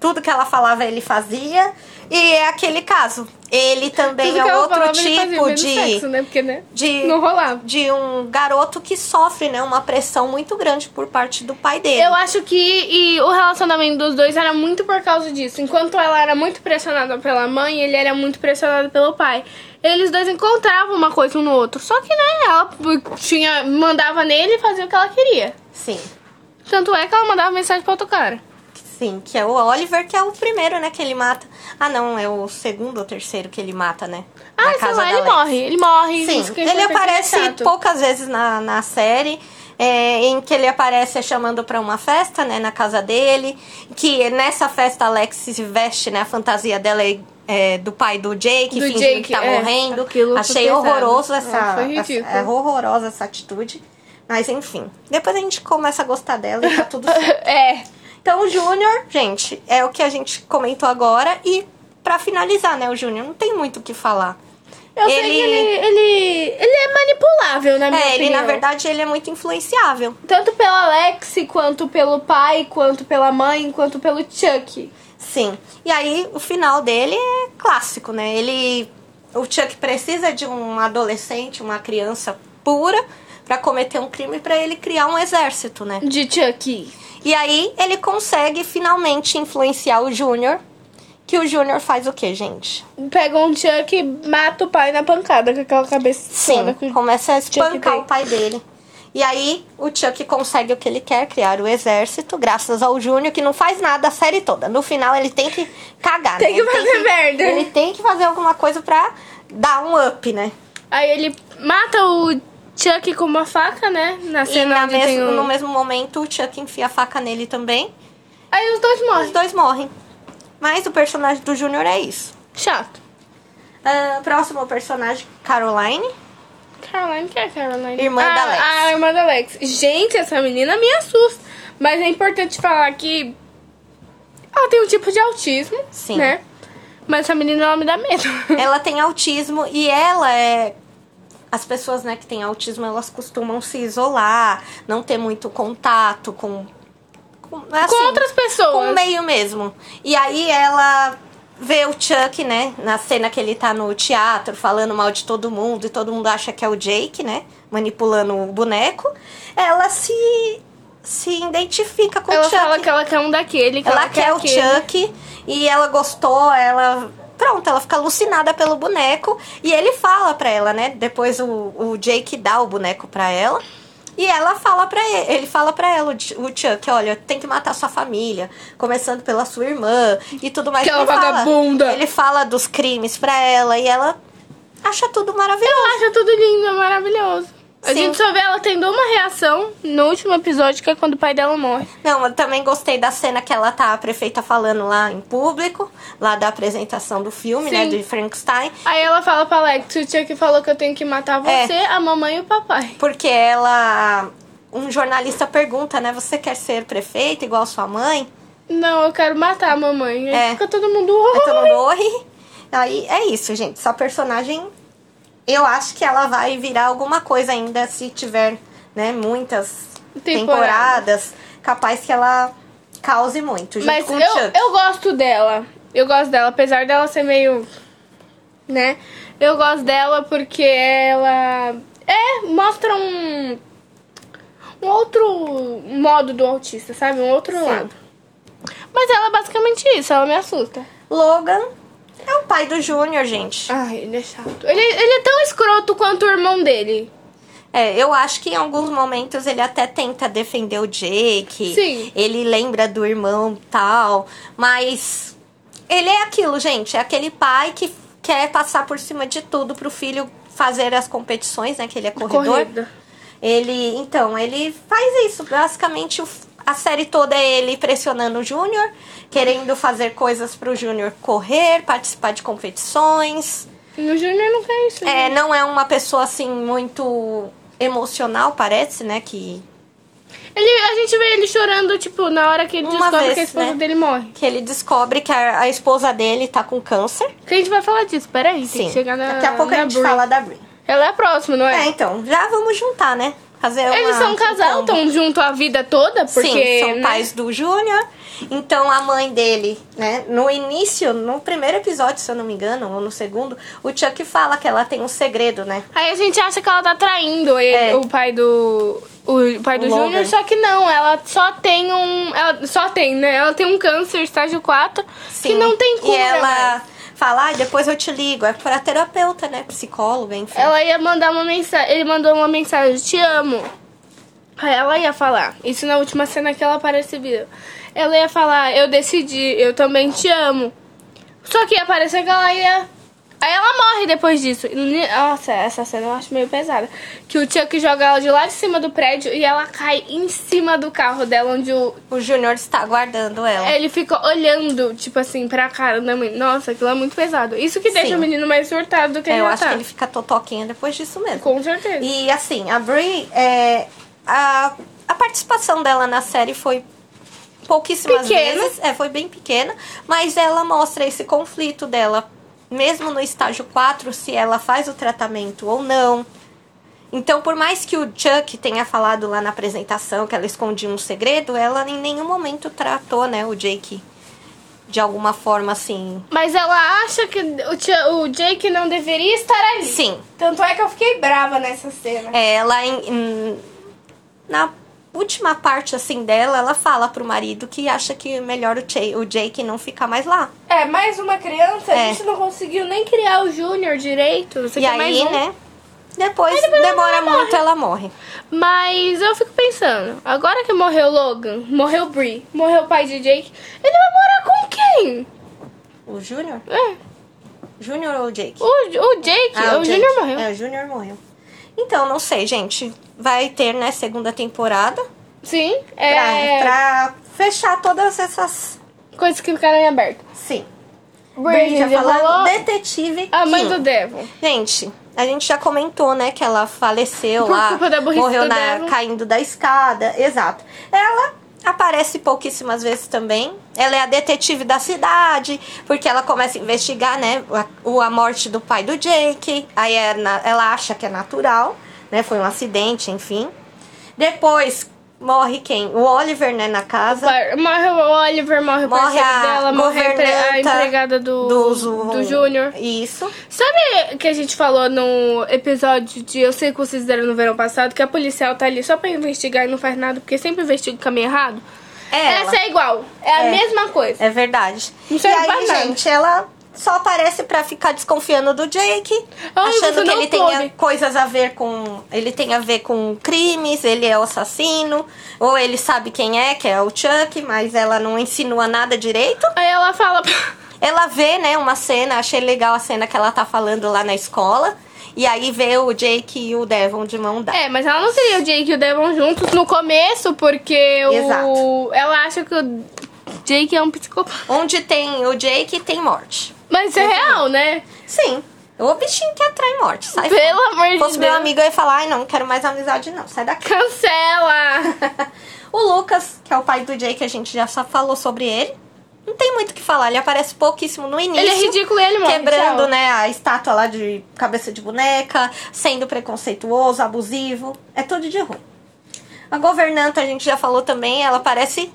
Speaker 1: Tudo que ela falava, ele fazia. E é aquele caso. Ele também
Speaker 2: Tudo
Speaker 1: é
Speaker 2: que ela
Speaker 1: outro
Speaker 2: falava, ele fazia,
Speaker 1: tipo
Speaker 2: menos
Speaker 1: de.
Speaker 2: sexo, né? Porque, né?
Speaker 1: de-
Speaker 2: Não rolava.
Speaker 1: de um garoto que sofre, né, uma pressão muito grande por parte do pai dele.
Speaker 2: Eu acho que e o relacionamento dos dois era muito por causa disso. Enquanto ela era muito pressionada pela mãe, ele era muito pressionado pelo pai. Eles dois encontravam uma coisa um no outro. Só que, né, ela tinha, mandava nele e fazia o que ela queria.
Speaker 1: Sim.
Speaker 2: Tanto é que ela mandava mensagem pra outro cara.
Speaker 1: Sim, que é o Oliver, que é o primeiro, né, que ele mata. Ah, não, é o segundo ou terceiro que ele mata, né? na
Speaker 2: Ah, sei
Speaker 1: casa
Speaker 2: lá,
Speaker 1: da
Speaker 2: ele
Speaker 1: Lex.
Speaker 2: morre. Ele morre.
Speaker 1: Sim,
Speaker 2: isso que a gente vai ter
Speaker 1: ele
Speaker 2: que
Speaker 1: aparece
Speaker 2: é chato.
Speaker 1: poucas vezes na, na série. é, em que ele aparece chamando pra uma festa, né, na casa dele. Que nessa festa a Alex se veste, né, a fantasia dela é, é, do pai do Jake,
Speaker 2: Do
Speaker 1: fingindo
Speaker 2: Jake,
Speaker 1: que tá
Speaker 2: é,
Speaker 1: morrendo.
Speaker 2: aquilo foi
Speaker 1: Achei
Speaker 2: pesado.
Speaker 1: horroroso
Speaker 2: É,
Speaker 1: essa,
Speaker 2: foi
Speaker 1: essa-
Speaker 2: ridículo.
Speaker 1: é horrorosa essa atitude. Mas enfim, depois a gente começa a gostar dela e tá tudo certo.
Speaker 2: É.
Speaker 1: Então, o Júnior, gente, é o que a gente comentou agora. E pra finalizar, né, o Júnior, não tem muito o que falar.
Speaker 2: Eu sei
Speaker 1: Ele-
Speaker 2: que ele, ele, ele é manipulável, na minha
Speaker 1: É, ele,
Speaker 2: opinião.
Speaker 1: na verdade, ele é muito influenciável.
Speaker 2: Tanto pelo Alex, quanto pelo pai, quanto pela mãe, quanto pelo Chuck.
Speaker 1: Sim. E aí, o final dele é clássico, né? Ele. O Chuck precisa de um adolescente, uma criança pura, pra cometer um crime pra ele criar um exército, né?
Speaker 2: De Chuck.
Speaker 1: E aí, ele consegue finalmente influenciar o Júnior. Que o Júnior faz o quê, gente?
Speaker 2: Pega um Chuck e mata o pai na pancada com aquela cabeça
Speaker 1: Sim,
Speaker 2: que o
Speaker 1: começa a
Speaker 2: Chuck
Speaker 1: espancar
Speaker 2: tem.
Speaker 1: o pai dele. E aí, o Chuck consegue o que ele quer, criar o exército, graças ao Júnior, que não faz nada a série toda. No final, ele tem que cagar,
Speaker 2: Tem
Speaker 1: né?
Speaker 2: que
Speaker 1: Ele
Speaker 2: fazer merda.
Speaker 1: Ele tem que fazer alguma coisa pra dar um up, né?
Speaker 2: Aí ele mata o Chuck com uma faca, né? Na
Speaker 1: E
Speaker 2: cena
Speaker 1: na
Speaker 2: onde
Speaker 1: mes-
Speaker 2: tem o...
Speaker 1: no mesmo momento, o Chuck enfia a faca nele também.
Speaker 2: Aí os dois
Speaker 1: Os
Speaker 2: morrem.
Speaker 1: dois morrem. Mas o personagem do Júnior é isso.
Speaker 2: Chato.
Speaker 1: Ah, próximo personagem, Caroline.
Speaker 2: Caroline, que é Caroline?
Speaker 1: Irmã
Speaker 2: Ah,
Speaker 1: da Alex.
Speaker 2: A irmã da Alex. Gente, essa menina me assusta. Mas é importante falar que ela tem um tipo de autismo,
Speaker 1: Sim.
Speaker 2: né? Mas essa menina, ela me dá medo.
Speaker 1: ela tem autismo e ela é. As pessoas né, que têm autismo, elas costumam se isolar, não ter muito contato com. Com, assim,
Speaker 2: com outras pessoas.
Speaker 1: com o meio mesmo. E aí ela vê o Chuck, né? Na cena que ele tá no teatro, falando mal de todo mundo, e todo mundo acha que é o Jake, né? Manipulando o boneco. Ela se. se identifica com o
Speaker 2: ela
Speaker 1: Chuck.
Speaker 2: fala que ela quer um daquele, que ela,
Speaker 1: Ela quer o
Speaker 2: aquele.
Speaker 1: Chuck e ela gostou, ela. Pronto, ela fica alucinada pelo boneco. E ele fala pra ela, né? Depois o, o Jake dá o boneco pra ela. E ela fala pra ele, ele fala pra ela, o Ch- o Chuck, olha, tem que matar sua família, começando pela sua irmã e tudo mais.
Speaker 2: Aquela
Speaker 1: Ele fala-
Speaker 2: vagabunda.
Speaker 1: ele fala dos crimes pra ela e ela acha tudo maravilhoso.
Speaker 2: Ela acha tudo lindo, maravilhoso. A
Speaker 1: Sim.
Speaker 2: gente só vê ela tendo uma reação no último episódio, que é quando o pai dela morre.
Speaker 1: Não, eu também gostei da cena que ela tá, a prefeita falando lá em público, lá da apresentação do filme, né,
Speaker 2: Sim.
Speaker 1: do Frankenstein.
Speaker 2: Aí ela fala pra Alex, o Chuck falou que eu tenho que matar
Speaker 1: É.
Speaker 2: você, a mamãe e o papai.
Speaker 1: Porque ela. Um jornalista pergunta, né? Você quer ser prefeita igual sua mãe?
Speaker 2: Não, eu quero matar a mamãe. Aí
Speaker 1: É.
Speaker 2: fica todo mundo... "Oh,
Speaker 1: Aí todo mundo "Oi?" Aí é isso, gente. Essa personagem. Eu acho que ela vai virar alguma coisa ainda se tiver, né? Muitas
Speaker 2: Temporadas.
Speaker 1: temporadas. Capaz que ela cause muito. Junto
Speaker 2: Mas
Speaker 1: com
Speaker 2: eu,
Speaker 1: o Chuck.
Speaker 2: eu gosto dela. Eu gosto dela, apesar dela ser meio. né? Eu gosto dela porque ela. É, mostra um. um outro modo do autista, sabe? Um outro
Speaker 1: Sim.
Speaker 2: lado. Mas ela é basicamente isso, ela me assusta.
Speaker 1: Logan é o pai do Júnior, gente.
Speaker 2: Ai, ele é chato. Ele, ele é tão escroto quanto o irmão dele.
Speaker 1: É, eu acho que em alguns momentos ele até tenta defender o Jake.
Speaker 2: Sim.
Speaker 1: Ele lembra do irmão tal. Mas ele é aquilo, gente. É aquele pai que quer passar por cima de tudo pro filho fazer as competições, né? Que ele é corredor.
Speaker 2: Corrida.
Speaker 1: Ele. Então, ele faz isso. Basicamente, o f- a série toda é ele pressionando o Júnior, querendo fazer coisas pro Júnior correr, participar de competições.
Speaker 2: E o Júnior não quer isso. né?
Speaker 1: É, não é uma pessoa assim muito emocional, parece, né? Que,
Speaker 2: Ele, a gente vê ele chorando, tipo, na hora que ele
Speaker 1: Uma
Speaker 2: descobre
Speaker 1: vez,
Speaker 2: que a esposa
Speaker 1: né?
Speaker 2: dele morre.
Speaker 1: que ele descobre que a, a esposa dele tá com câncer.
Speaker 2: Que a gente vai falar disso, peraí. Tem
Speaker 1: Sim.
Speaker 2: que chegar na.
Speaker 1: Daqui a pouco a
Speaker 2: na
Speaker 1: gente
Speaker 2: Brie.
Speaker 1: fala da Brie.
Speaker 2: Ela é a próxima, não é?
Speaker 1: É, então, já vamos juntar, né? Fazer uma-
Speaker 2: Eles são um casal,
Speaker 1: combo.
Speaker 2: estão junto a vida toda, porque.
Speaker 1: Sim, são
Speaker 2: né?
Speaker 1: pais do Júnior. Então a mãe dele, né? No início, no primeiro episódio, se eu não me engano, ou no segundo, o Chuck fala que ela tem um segredo, né?
Speaker 2: Aí a gente acha que ela tá traindo ele-
Speaker 1: É.
Speaker 2: o pai do. O pai do
Speaker 1: O Logan.
Speaker 2: Júnior, só que não, ela só tem um. Ela só tem, né? Ela tem um câncer estágio 4 que
Speaker 1: Sim.
Speaker 2: não tem né, cura.
Speaker 1: E ela
Speaker 2: mais.
Speaker 1: fala, ah, depois eu te ligo. É pra terapeuta, né? Psicóloga, enfim.
Speaker 2: Ela ia mandar uma mensagem. Ele mandou uma mensagem, te amo. Aí ela ia falar. Isso na última cena que ela aparece viu. Ela ia falar, eu decidi, eu também te amo. Só que ia aparecer que ela ia. Aí ela morre depois disso. E ni- Nossa, essa cena eu acho meio pesada. Que o Chuck joga ela de lá de cima do prédio e ela cai em cima do carro dela, onde o.
Speaker 1: O Júnior está aguardando ela.
Speaker 2: Ele fica olhando, tipo assim, pra cara da mãe. Nossa, aquilo é muito pesado. Isso que deixa
Speaker 1: Sim.
Speaker 2: o menino mais surtado do que
Speaker 1: É,
Speaker 2: ele
Speaker 1: eu
Speaker 2: já
Speaker 1: acho
Speaker 2: tá.
Speaker 1: que ele fica totoquinha depois disso mesmo.
Speaker 2: Com certeza.
Speaker 1: E assim, a Brie, é, a, a participação dela na série foi pouquíssimas
Speaker 2: Pequena.
Speaker 1: vezes, é, foi bem pequena, mas ela mostra esse conflito dela, mesmo no estágio 4, se ela faz o tratamento ou não. Então, por mais que o Chuck tenha falado lá na apresentação que ela escondia um segredo, ela em nenhum momento tratou, né, o Jake de alguma forma assim.
Speaker 2: Mas ela acha que o, tia- o Jake não deveria estar ali.
Speaker 1: Sim,
Speaker 2: Tanto é que eu fiquei brava nessa cena.
Speaker 1: É, ela em- em- na última parte assim dela, ela fala pro marido que acha que é melhor o, Che- o Jake não ficar mais lá.
Speaker 2: É, mais uma criança,
Speaker 1: É.
Speaker 2: a gente não conseguiu nem criar o Júnior direito. Você
Speaker 1: e
Speaker 2: quer
Speaker 1: aí,
Speaker 2: mais um?
Speaker 1: né? Depois, demora muito, ela morre.
Speaker 2: Mas eu fico pensando, agora que morreu Logan, morreu Bree, morreu o pai de Jake, ele vai morar com quem?
Speaker 1: O Júnior?
Speaker 2: É,
Speaker 1: Júnior ou o Jake?
Speaker 2: o, o Jake,
Speaker 1: Ah,
Speaker 2: o,
Speaker 1: Jake.
Speaker 2: Júnior morreu.
Speaker 1: É, o Júnior morreu. Então, não sei, gente. Vai ter, né, segunda temporada.
Speaker 2: Sim, é
Speaker 1: Pra, pra fechar todas essas.
Speaker 2: coisas que ficaram em aberto.
Speaker 1: Sim.
Speaker 2: Bree,
Speaker 1: Bridget
Speaker 2: já falou,
Speaker 1: Detetive.
Speaker 2: a mãe
Speaker 1: Kim.
Speaker 2: do Devon.
Speaker 1: Gente, a gente já comentou, né, que ela faleceu
Speaker 2: Por
Speaker 1: lá,
Speaker 2: culpa da burrice
Speaker 1: morreu
Speaker 2: do
Speaker 1: na-
Speaker 2: Devon.
Speaker 1: caindo da escada, exato. Ela aparece pouquíssimas vezes também. Ela é a detetive da cidade, porque ela começa a investigar, né, a, o- a morte do pai do Jake. Aí é na- ela acha que é natural, né, foi um acidente, enfim. Depois morre quem? O Oliver, né, na casa.
Speaker 2: Par- Morre o Oliver, morre o
Speaker 1: Morre
Speaker 2: parceiro
Speaker 1: a
Speaker 2: dela, morre a, empre- a
Speaker 1: governanta
Speaker 2: empregada do, do, Júnior.
Speaker 1: Isso.
Speaker 2: Sabe que a gente falou no episódio de Eu Sei Que Vocês Fizeram no Verão Passado, que a policial tá ali só pra investigar e não faz nada, porque sempre investiga o caminho errado?
Speaker 1: É ela.
Speaker 2: Essa é igual, é, a
Speaker 1: É.
Speaker 2: mesma coisa.
Speaker 1: É verdade.
Speaker 2: Não
Speaker 1: e
Speaker 2: serve
Speaker 1: aí,
Speaker 2: pra nada.
Speaker 1: gente, ela só aparece pra ficar desconfiando do Jake,
Speaker 2: Ai,
Speaker 1: achando
Speaker 2: você
Speaker 1: que
Speaker 2: não
Speaker 1: ele
Speaker 2: pode.
Speaker 1: tenha coisas a ver com, ele tem a ver com crimes, ele é o assassino, ou ele sabe quem é, que é o Chuck, mas ela não insinua nada direito.
Speaker 2: Aí ela fala... pra-
Speaker 1: Ela vê, né, uma cena, achei legal a cena que ela tá falando lá na escola, e aí vê o Jake e o Devon de mão dada.
Speaker 2: É, mas ela não queria o Jake e o Devon juntos no começo, porque o...
Speaker 1: Exato.
Speaker 2: ela acha que o Jake é um psicopata.
Speaker 1: Onde tem o Jake, tem morte.
Speaker 2: Mas isso é real, né?
Speaker 1: Sim. O bichinho que atrai morte, sai
Speaker 2: Pelo
Speaker 1: fora.
Speaker 2: amor de
Speaker 1: fosse meu
Speaker 2: Deus.
Speaker 1: amigo, eu ia falar, ai não, não quero mais amizade não, sai daqui.
Speaker 2: Cancela!
Speaker 1: o Lucas, que é o pai do Jake, a gente já só falou sobre ele. Não tem muito o que falar, ele aparece pouquíssimo no início.
Speaker 2: Ele é ridículo e ele morre.
Speaker 1: Quebrando,
Speaker 2: tchau.
Speaker 1: né, a estátua lá de cabeça de boneca, sendo preconceituoso, abusivo. É tudo de ruim. A governanta, a gente já falou também, ela aparece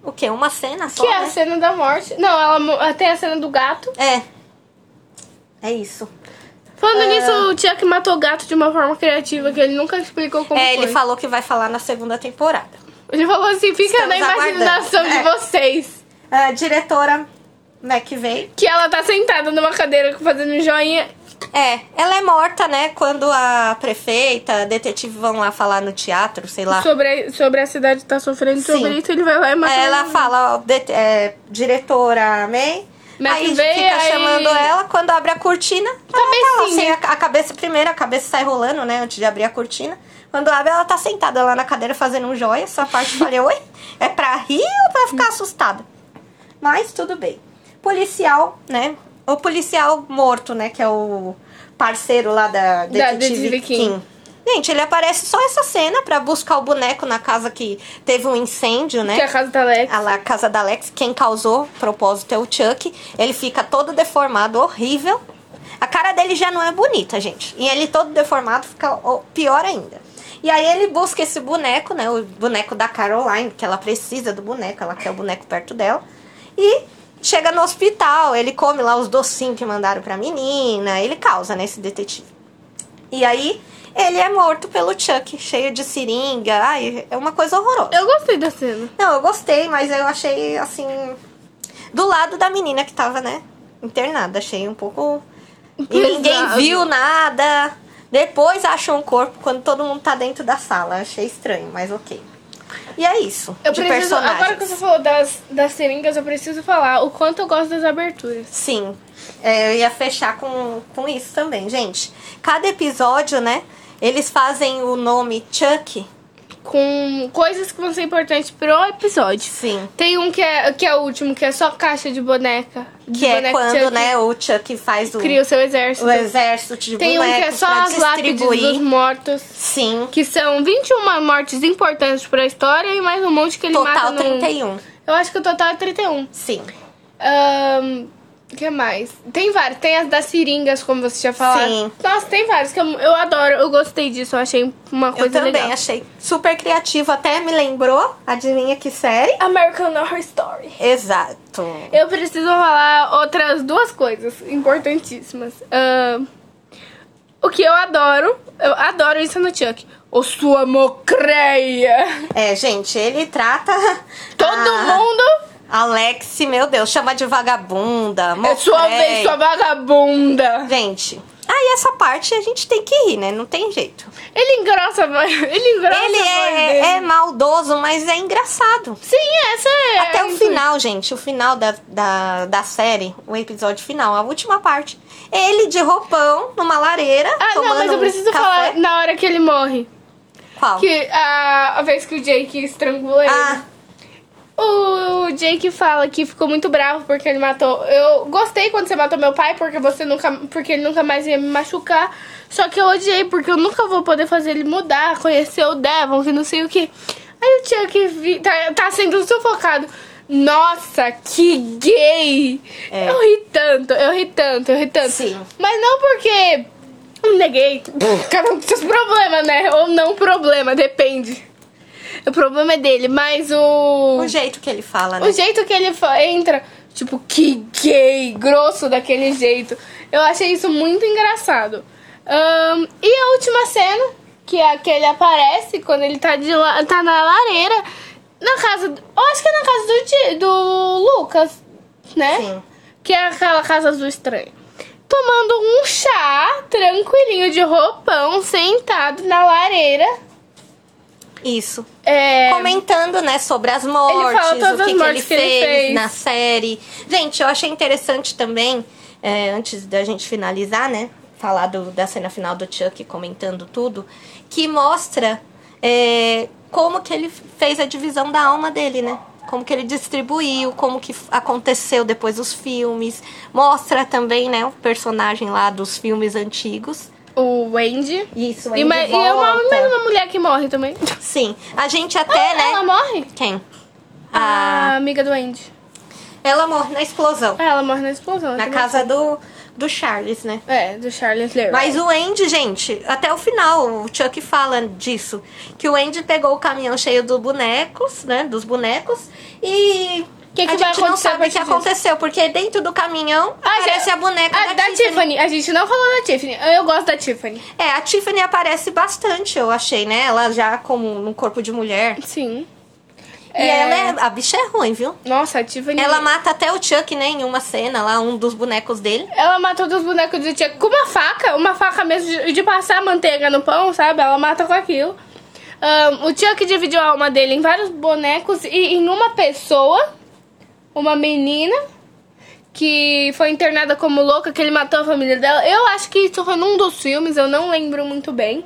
Speaker 1: o quê? Uma cena só,
Speaker 2: Que é
Speaker 1: né?
Speaker 2: a cena da morte. Não, ela mo- tem a cena do gato.
Speaker 1: É. É isso. É.
Speaker 2: Falando nisso, o Chuck matou o gato de uma forma criativa que ele nunca explicou como
Speaker 1: é,
Speaker 2: foi.
Speaker 1: ele falou que vai falar na segunda temporada.
Speaker 2: Ele falou assim, fica
Speaker 1: Estamos
Speaker 2: na imaginação
Speaker 1: aguardando.
Speaker 2: de
Speaker 1: É.
Speaker 2: vocês.
Speaker 1: A diretora né, McVeigh
Speaker 2: Que ela tá sentada numa cadeira fazendo um joinha.
Speaker 1: É, ela é morta, né? Quando a prefeita, a detetive vão lá falar no teatro, sei lá.
Speaker 2: Sobre a, sobre a cidade que tá sofrendo
Speaker 1: Sim.
Speaker 2: sobre isso, ele vai lá e mata
Speaker 1: Aí ela
Speaker 2: ela.
Speaker 1: fala, ó, det- é, diretora May.
Speaker 2: Mas
Speaker 1: aí
Speaker 2: que vem,
Speaker 1: fica
Speaker 2: aí- né?
Speaker 1: chamando ela, quando abre a cortina, ela tá lá,
Speaker 2: Cabecinha.
Speaker 1: sem a, a cabeça primeiro, a cabeça sai rolando, né? Antes de abrir a cortina. Quando abre, ela tá sentada lá na cadeira fazendo um joia. Essa parte eu falei, oi? É pra rir ou pra ficar assustada? Mas tudo bem. Policial, né? O policial morto, né? Que é o parceiro lá
Speaker 2: Da
Speaker 1: da Detetive
Speaker 2: Detetive
Speaker 1: Kim.
Speaker 2: Kim.
Speaker 1: Gente, ele aparece só essa cena pra buscar o boneco na casa que teve um incêndio, né?
Speaker 2: Que é a casa da Lex.
Speaker 1: A la- casa da Alex, quem causou propósito é o Chuck. Ele fica todo deformado, horrível. A cara dele já não é bonita, gente. E ele todo deformado fica ó, pior ainda. E aí ele busca esse boneco, né? O boneco da Caroline, que ela precisa do boneco, ela quer o boneco perto dela. E chega no hospital, ele come lá os docinhos que mandaram pra menina, ele causa, né, esse detetive. E aí ele é morto pelo Chuck, cheio de seringa. Ai, é uma coisa horrorosa.
Speaker 2: Eu gostei da cena.
Speaker 1: Não, eu gostei, mas eu achei assim. Do lado da menina que tava, né? Internada. Achei um pouco. E ninguém
Speaker 2: Pesado.
Speaker 1: viu nada. Depois acham um corpo quando todo mundo tá dentro da sala. Achei estranho, mas ok. E é isso.
Speaker 2: Eu
Speaker 1: de
Speaker 2: preciso,
Speaker 1: personagens.
Speaker 2: agora que você falou das, das seringas, eu preciso falar o quanto eu gosto das aberturas.
Speaker 1: Sim, É, eu ia fechar com, com isso também, gente. Cada episódio, né? Eles fazem o nome Chuck.
Speaker 2: Com coisas que vão ser importantes pro episódio.
Speaker 1: Sim.
Speaker 2: Tem um que é, que é o último, que é só caixa de boneca. de
Speaker 1: Que é
Speaker 2: boneca
Speaker 1: quando,
Speaker 2: Chuck
Speaker 1: né, o Chuck faz o,
Speaker 2: Cria o seu exército.
Speaker 1: o exército de
Speaker 2: Tem um que é
Speaker 1: bonecos
Speaker 2: só
Speaker 1: pra
Speaker 2: as lápides
Speaker 1: distribuir.
Speaker 2: dos mortos.
Speaker 1: Sim,
Speaker 2: Que são 21 mortes importantes pra história e mais um monte que ele mata
Speaker 1: total
Speaker 2: num-
Speaker 1: 31.
Speaker 2: Eu acho que o total é 31.
Speaker 1: Sim.
Speaker 2: Ahn, O que mais? Tem vários. Tem as das seringas, como você tinha falado.
Speaker 1: Sim.
Speaker 2: Nossa, tem vários que eu, eu adoro. Eu gostei disso. Eu achei uma coisa
Speaker 1: eu também
Speaker 2: legal.
Speaker 1: achei super criativo, até me lembrou. Adivinha que série?
Speaker 2: American Horror Story.
Speaker 1: Exato.
Speaker 2: Eu preciso falar outras duas coisas importantíssimas. Ahn, o que eu adoro, eu adoro isso no Chuck. O sua mocreia.
Speaker 1: É, gente, ele trata
Speaker 2: Todo
Speaker 1: a
Speaker 2: mundo
Speaker 1: Alex, meu Deus, chama de vagabunda.
Speaker 2: é sua vez,
Speaker 1: mocreia.
Speaker 2: sua vagabunda.
Speaker 1: Gente, aí essa parte a gente tem que rir, né? Não tem jeito.
Speaker 2: Ele engrossa a voz. Ele engrossa
Speaker 1: ele
Speaker 2: a voz
Speaker 1: é,
Speaker 2: dele.
Speaker 1: é maldoso, mas é engraçado.
Speaker 2: Sim, essa é.
Speaker 1: Até
Speaker 2: a
Speaker 1: o
Speaker 2: intuição.
Speaker 1: final, gente, o final da, da, da série, o episódio final, a última parte. Ele de roupão, numa lareira,
Speaker 2: Ah,
Speaker 1: tomando
Speaker 2: não, mas eu preciso
Speaker 1: um café.
Speaker 2: falar na hora que ele morre.
Speaker 1: Qual?
Speaker 2: Que a, a vez que o Jake estrangula ele.
Speaker 1: Ah,
Speaker 2: O Jake fala que ficou muito bravo porque ele matou. Eu gostei quando você matou meu pai porque você nunca, porque ele nunca mais ia me machucar. Só que eu odiei porque eu nunca vou poder fazer ele mudar, conhecer o Devon, que não sei o que. Aí o Chuck vi- tá, tá sendo sufocado. Nossa, que gay!
Speaker 1: É.
Speaker 2: Eu ri tanto, eu ri tanto, eu ri tanto.
Speaker 1: Sim.
Speaker 2: Mas não porque um neguei. Cada um com seus problemas, né? Ou não problema, depende. O problema é dele, mas o.
Speaker 1: o jeito que ele fala, né?
Speaker 2: O jeito que ele fa- entra, tipo, que gay, grosso daquele jeito. Eu achei isso muito engraçado. Ahn, e a última cena, que é a que ele aparece quando ele tá, de la- tá na lareira, na casa. Eu acho que é na casa do, Di- do Lucas, né?
Speaker 1: Sim.
Speaker 2: Que é aquela casa azul estranha. Tomando um chá, tranquilinho, de roupão, sentado na lareira.
Speaker 1: Isso.
Speaker 2: É...
Speaker 1: Comentando, né, sobre as mortes,
Speaker 2: fala todas
Speaker 1: o
Speaker 2: as
Speaker 1: que,
Speaker 2: mortes
Speaker 1: que,
Speaker 2: que
Speaker 1: ele,
Speaker 2: ele
Speaker 1: fez
Speaker 2: fez.
Speaker 1: na série. Gente, eu achei interessante também, é, antes da gente finalizar, né? Falar do- da cena final do Chuck comentando tudo, que mostra é, como que ele fez a divisão da alma dele, né? Como que ele distribuiu, como que aconteceu depois os filmes. Mostra também, né, o personagem lá dos filmes antigos.
Speaker 2: O Wendy.
Speaker 1: Isso,
Speaker 2: E,
Speaker 1: ele
Speaker 2: ma- e é
Speaker 1: volta.
Speaker 2: uma, mais uma mulher que morre também.
Speaker 1: Sim. A gente até, né?
Speaker 2: Ah,
Speaker 1: Ah.
Speaker 2: Ela morre?
Speaker 1: Quem?
Speaker 2: A amiga do Andy.
Speaker 1: Ela morre na explosão.
Speaker 2: Ah, ela morre na explosão.
Speaker 1: Na
Speaker 2: também.
Speaker 1: casa do, do Charles, né?
Speaker 2: É, do Charles Leroy.
Speaker 1: Mas o Andy, gente, até o final, o Chuck fala disso. Que o Andy pegou o caminhão cheio dos bonecos, né? Dos bonecos. E
Speaker 2: Que que
Speaker 1: a
Speaker 2: vai
Speaker 1: gente não
Speaker 2: acontecer a
Speaker 1: sabe o que
Speaker 2: partir disso?
Speaker 1: aconteceu. Porque dentro do caminhão
Speaker 2: Ah, já-
Speaker 1: aparece a boneca
Speaker 2: a,
Speaker 1: da,
Speaker 2: da
Speaker 1: Tiffany.
Speaker 2: Tiffany. A gente não falou da Tiffany. Eu gosto da Tiffany.
Speaker 1: É, a Tiffany aparece bastante, eu achei, né? Ela já como num corpo de mulher.
Speaker 2: Sim.
Speaker 1: E ela é... A bicha é ruim, viu?
Speaker 2: Nossa, a Tiffany...
Speaker 1: Ela mata até o Chuck, né? Em uma cena lá, um dos bonecos dele.
Speaker 2: Ela matou dos bonecos do Chuck com uma faca, uma faca mesmo de, de passar manteiga no pão, sabe? Ela mata com aquilo. Ahn, o Chuck dividiu a alma dele em vários bonecos e em uma pessoa, uma menina, que foi internada como louca, que ele matou a família dela. Eu acho que isso foi num dos filmes, eu não lembro muito bem.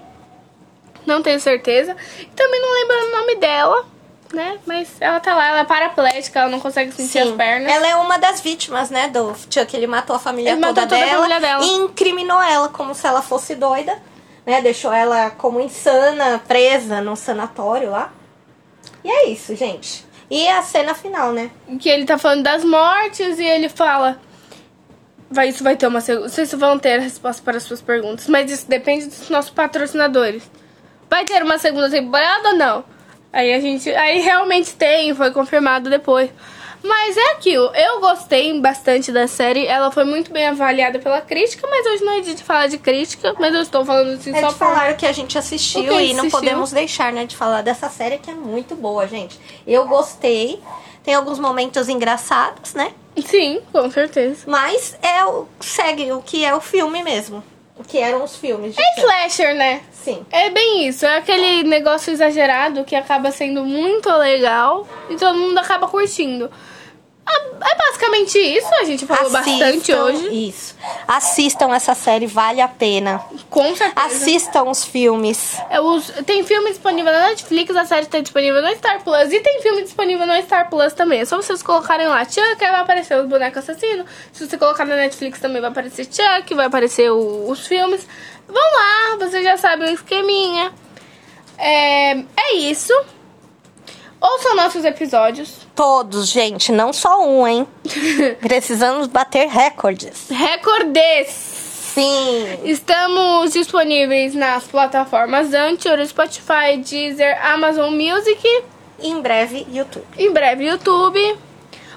Speaker 2: Não tenho certeza. E também não lembro o nome dela, né? Mas ela tá lá, ela é paraplégica, ela não consegue sentir as pernas.
Speaker 1: Ela é uma das vítimas, né, do Chuck. Ele matou a família,
Speaker 2: Ele
Speaker 1: toda,
Speaker 2: matou toda a
Speaker 1: dela,
Speaker 2: família dela.
Speaker 1: e incriminou ela como se ela fosse doida, né? Deixou ela como insana, presa num sanatório lá. E é isso, gente. E a cena final, né?
Speaker 2: que ele tá falando das mortes e ele fala vai isso vai ter uma seg- vocês vão ter a resposta para as suas perguntas mas isso depende dos nossos patrocinadores vai ter uma segunda temporada ou não? Aí a gente. Aí realmente tem, foi confirmado depois. Mas é aquilo, eu gostei bastante da série, ela foi muito bem avaliada pela crítica, mas hoje não é dia de falar de crítica, mas eu estou falando assim
Speaker 1: É
Speaker 2: só
Speaker 1: de falar o que a gente assistiu
Speaker 2: O que a gente
Speaker 1: e não
Speaker 2: assistiu.
Speaker 1: podemos deixar né, de falar dessa série que é muito boa, gente. Eu gostei. Tem alguns momentos engraçados, né?
Speaker 2: Sim, com certeza.
Speaker 1: Mas é o, segue o que é o filme mesmo. O que eram os filmes. De
Speaker 2: É slasher, né?
Speaker 1: Sim.
Speaker 2: É bem isso, é aquele negócio exagerado que acaba sendo muito legal e todo mundo acaba curtindo. É é basicamente isso, a gente falou bastante hoje.
Speaker 1: Isso. Assistam essa série, vale a pena.
Speaker 2: Com certeza.
Speaker 1: Assistam os filmes.
Speaker 2: É, os- tem filme disponível na Netflix, a série tá disponível no Star Plus e tem filme disponível no Star Plus também. É só vocês colocarem lá Chuck, aí vai aparecer os bonecos assassinos. Se você colocar na Netflix também vai aparecer Chuck, vai aparecer o- os filmes. Vão lá, vocês já sabem o esqueminha. É, é isso. Ouçam nossos episódios.
Speaker 1: Todos, gente, não só um, hein? Precisamos bater recordes.
Speaker 2: Recordes!
Speaker 1: Sim.
Speaker 2: Estamos disponíveis nas plataformas Anchor, Spotify, Deezer, Amazon Music.
Speaker 1: Em breve, YouTube.
Speaker 2: Em breve, YouTube.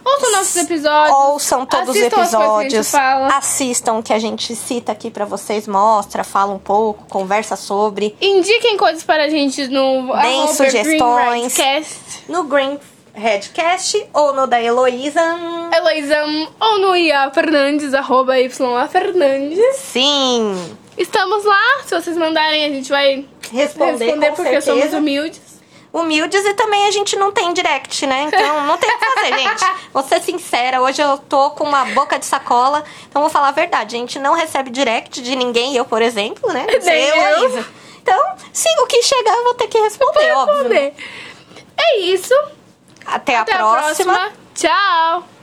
Speaker 2: Ouçam nossos episódios.
Speaker 1: Ouçam todos os
Speaker 2: assistam as coisas que a gente
Speaker 1: episódios.
Speaker 2: fala.
Speaker 1: Assistam o que a gente cita aqui pra vocês, mostra, fala um pouco, conversa sobre.
Speaker 2: Indiquem coisas para a gente no arroba
Speaker 1: sugestões.
Speaker 2: Greenrightcast,
Speaker 1: No Green Headcast ou no da Heloísa. hum,
Speaker 2: Heloísa Hum, ou no IA Fernandes, arroba YA Fernandes.
Speaker 1: Sim.
Speaker 2: Estamos lá. Se vocês mandarem, a gente vai
Speaker 1: Responder,
Speaker 2: responder
Speaker 1: com
Speaker 2: porque
Speaker 1: certeza.
Speaker 2: somos humildes.
Speaker 1: Humildes e também a gente não tem direct, né? Então não tem o que fazer, gente. Vou ser sincera, hoje eu tô com uma boca de sacola, então vou falar a verdade. A gente não recebe direct de ninguém, eu, por exemplo, né? Você,
Speaker 2: Nem eu.
Speaker 1: Heloísa. Então, se o que chegar, eu vou ter que responder, óbvio.
Speaker 2: Responder. É isso.
Speaker 1: Até,
Speaker 2: Até a próxima. Tchau.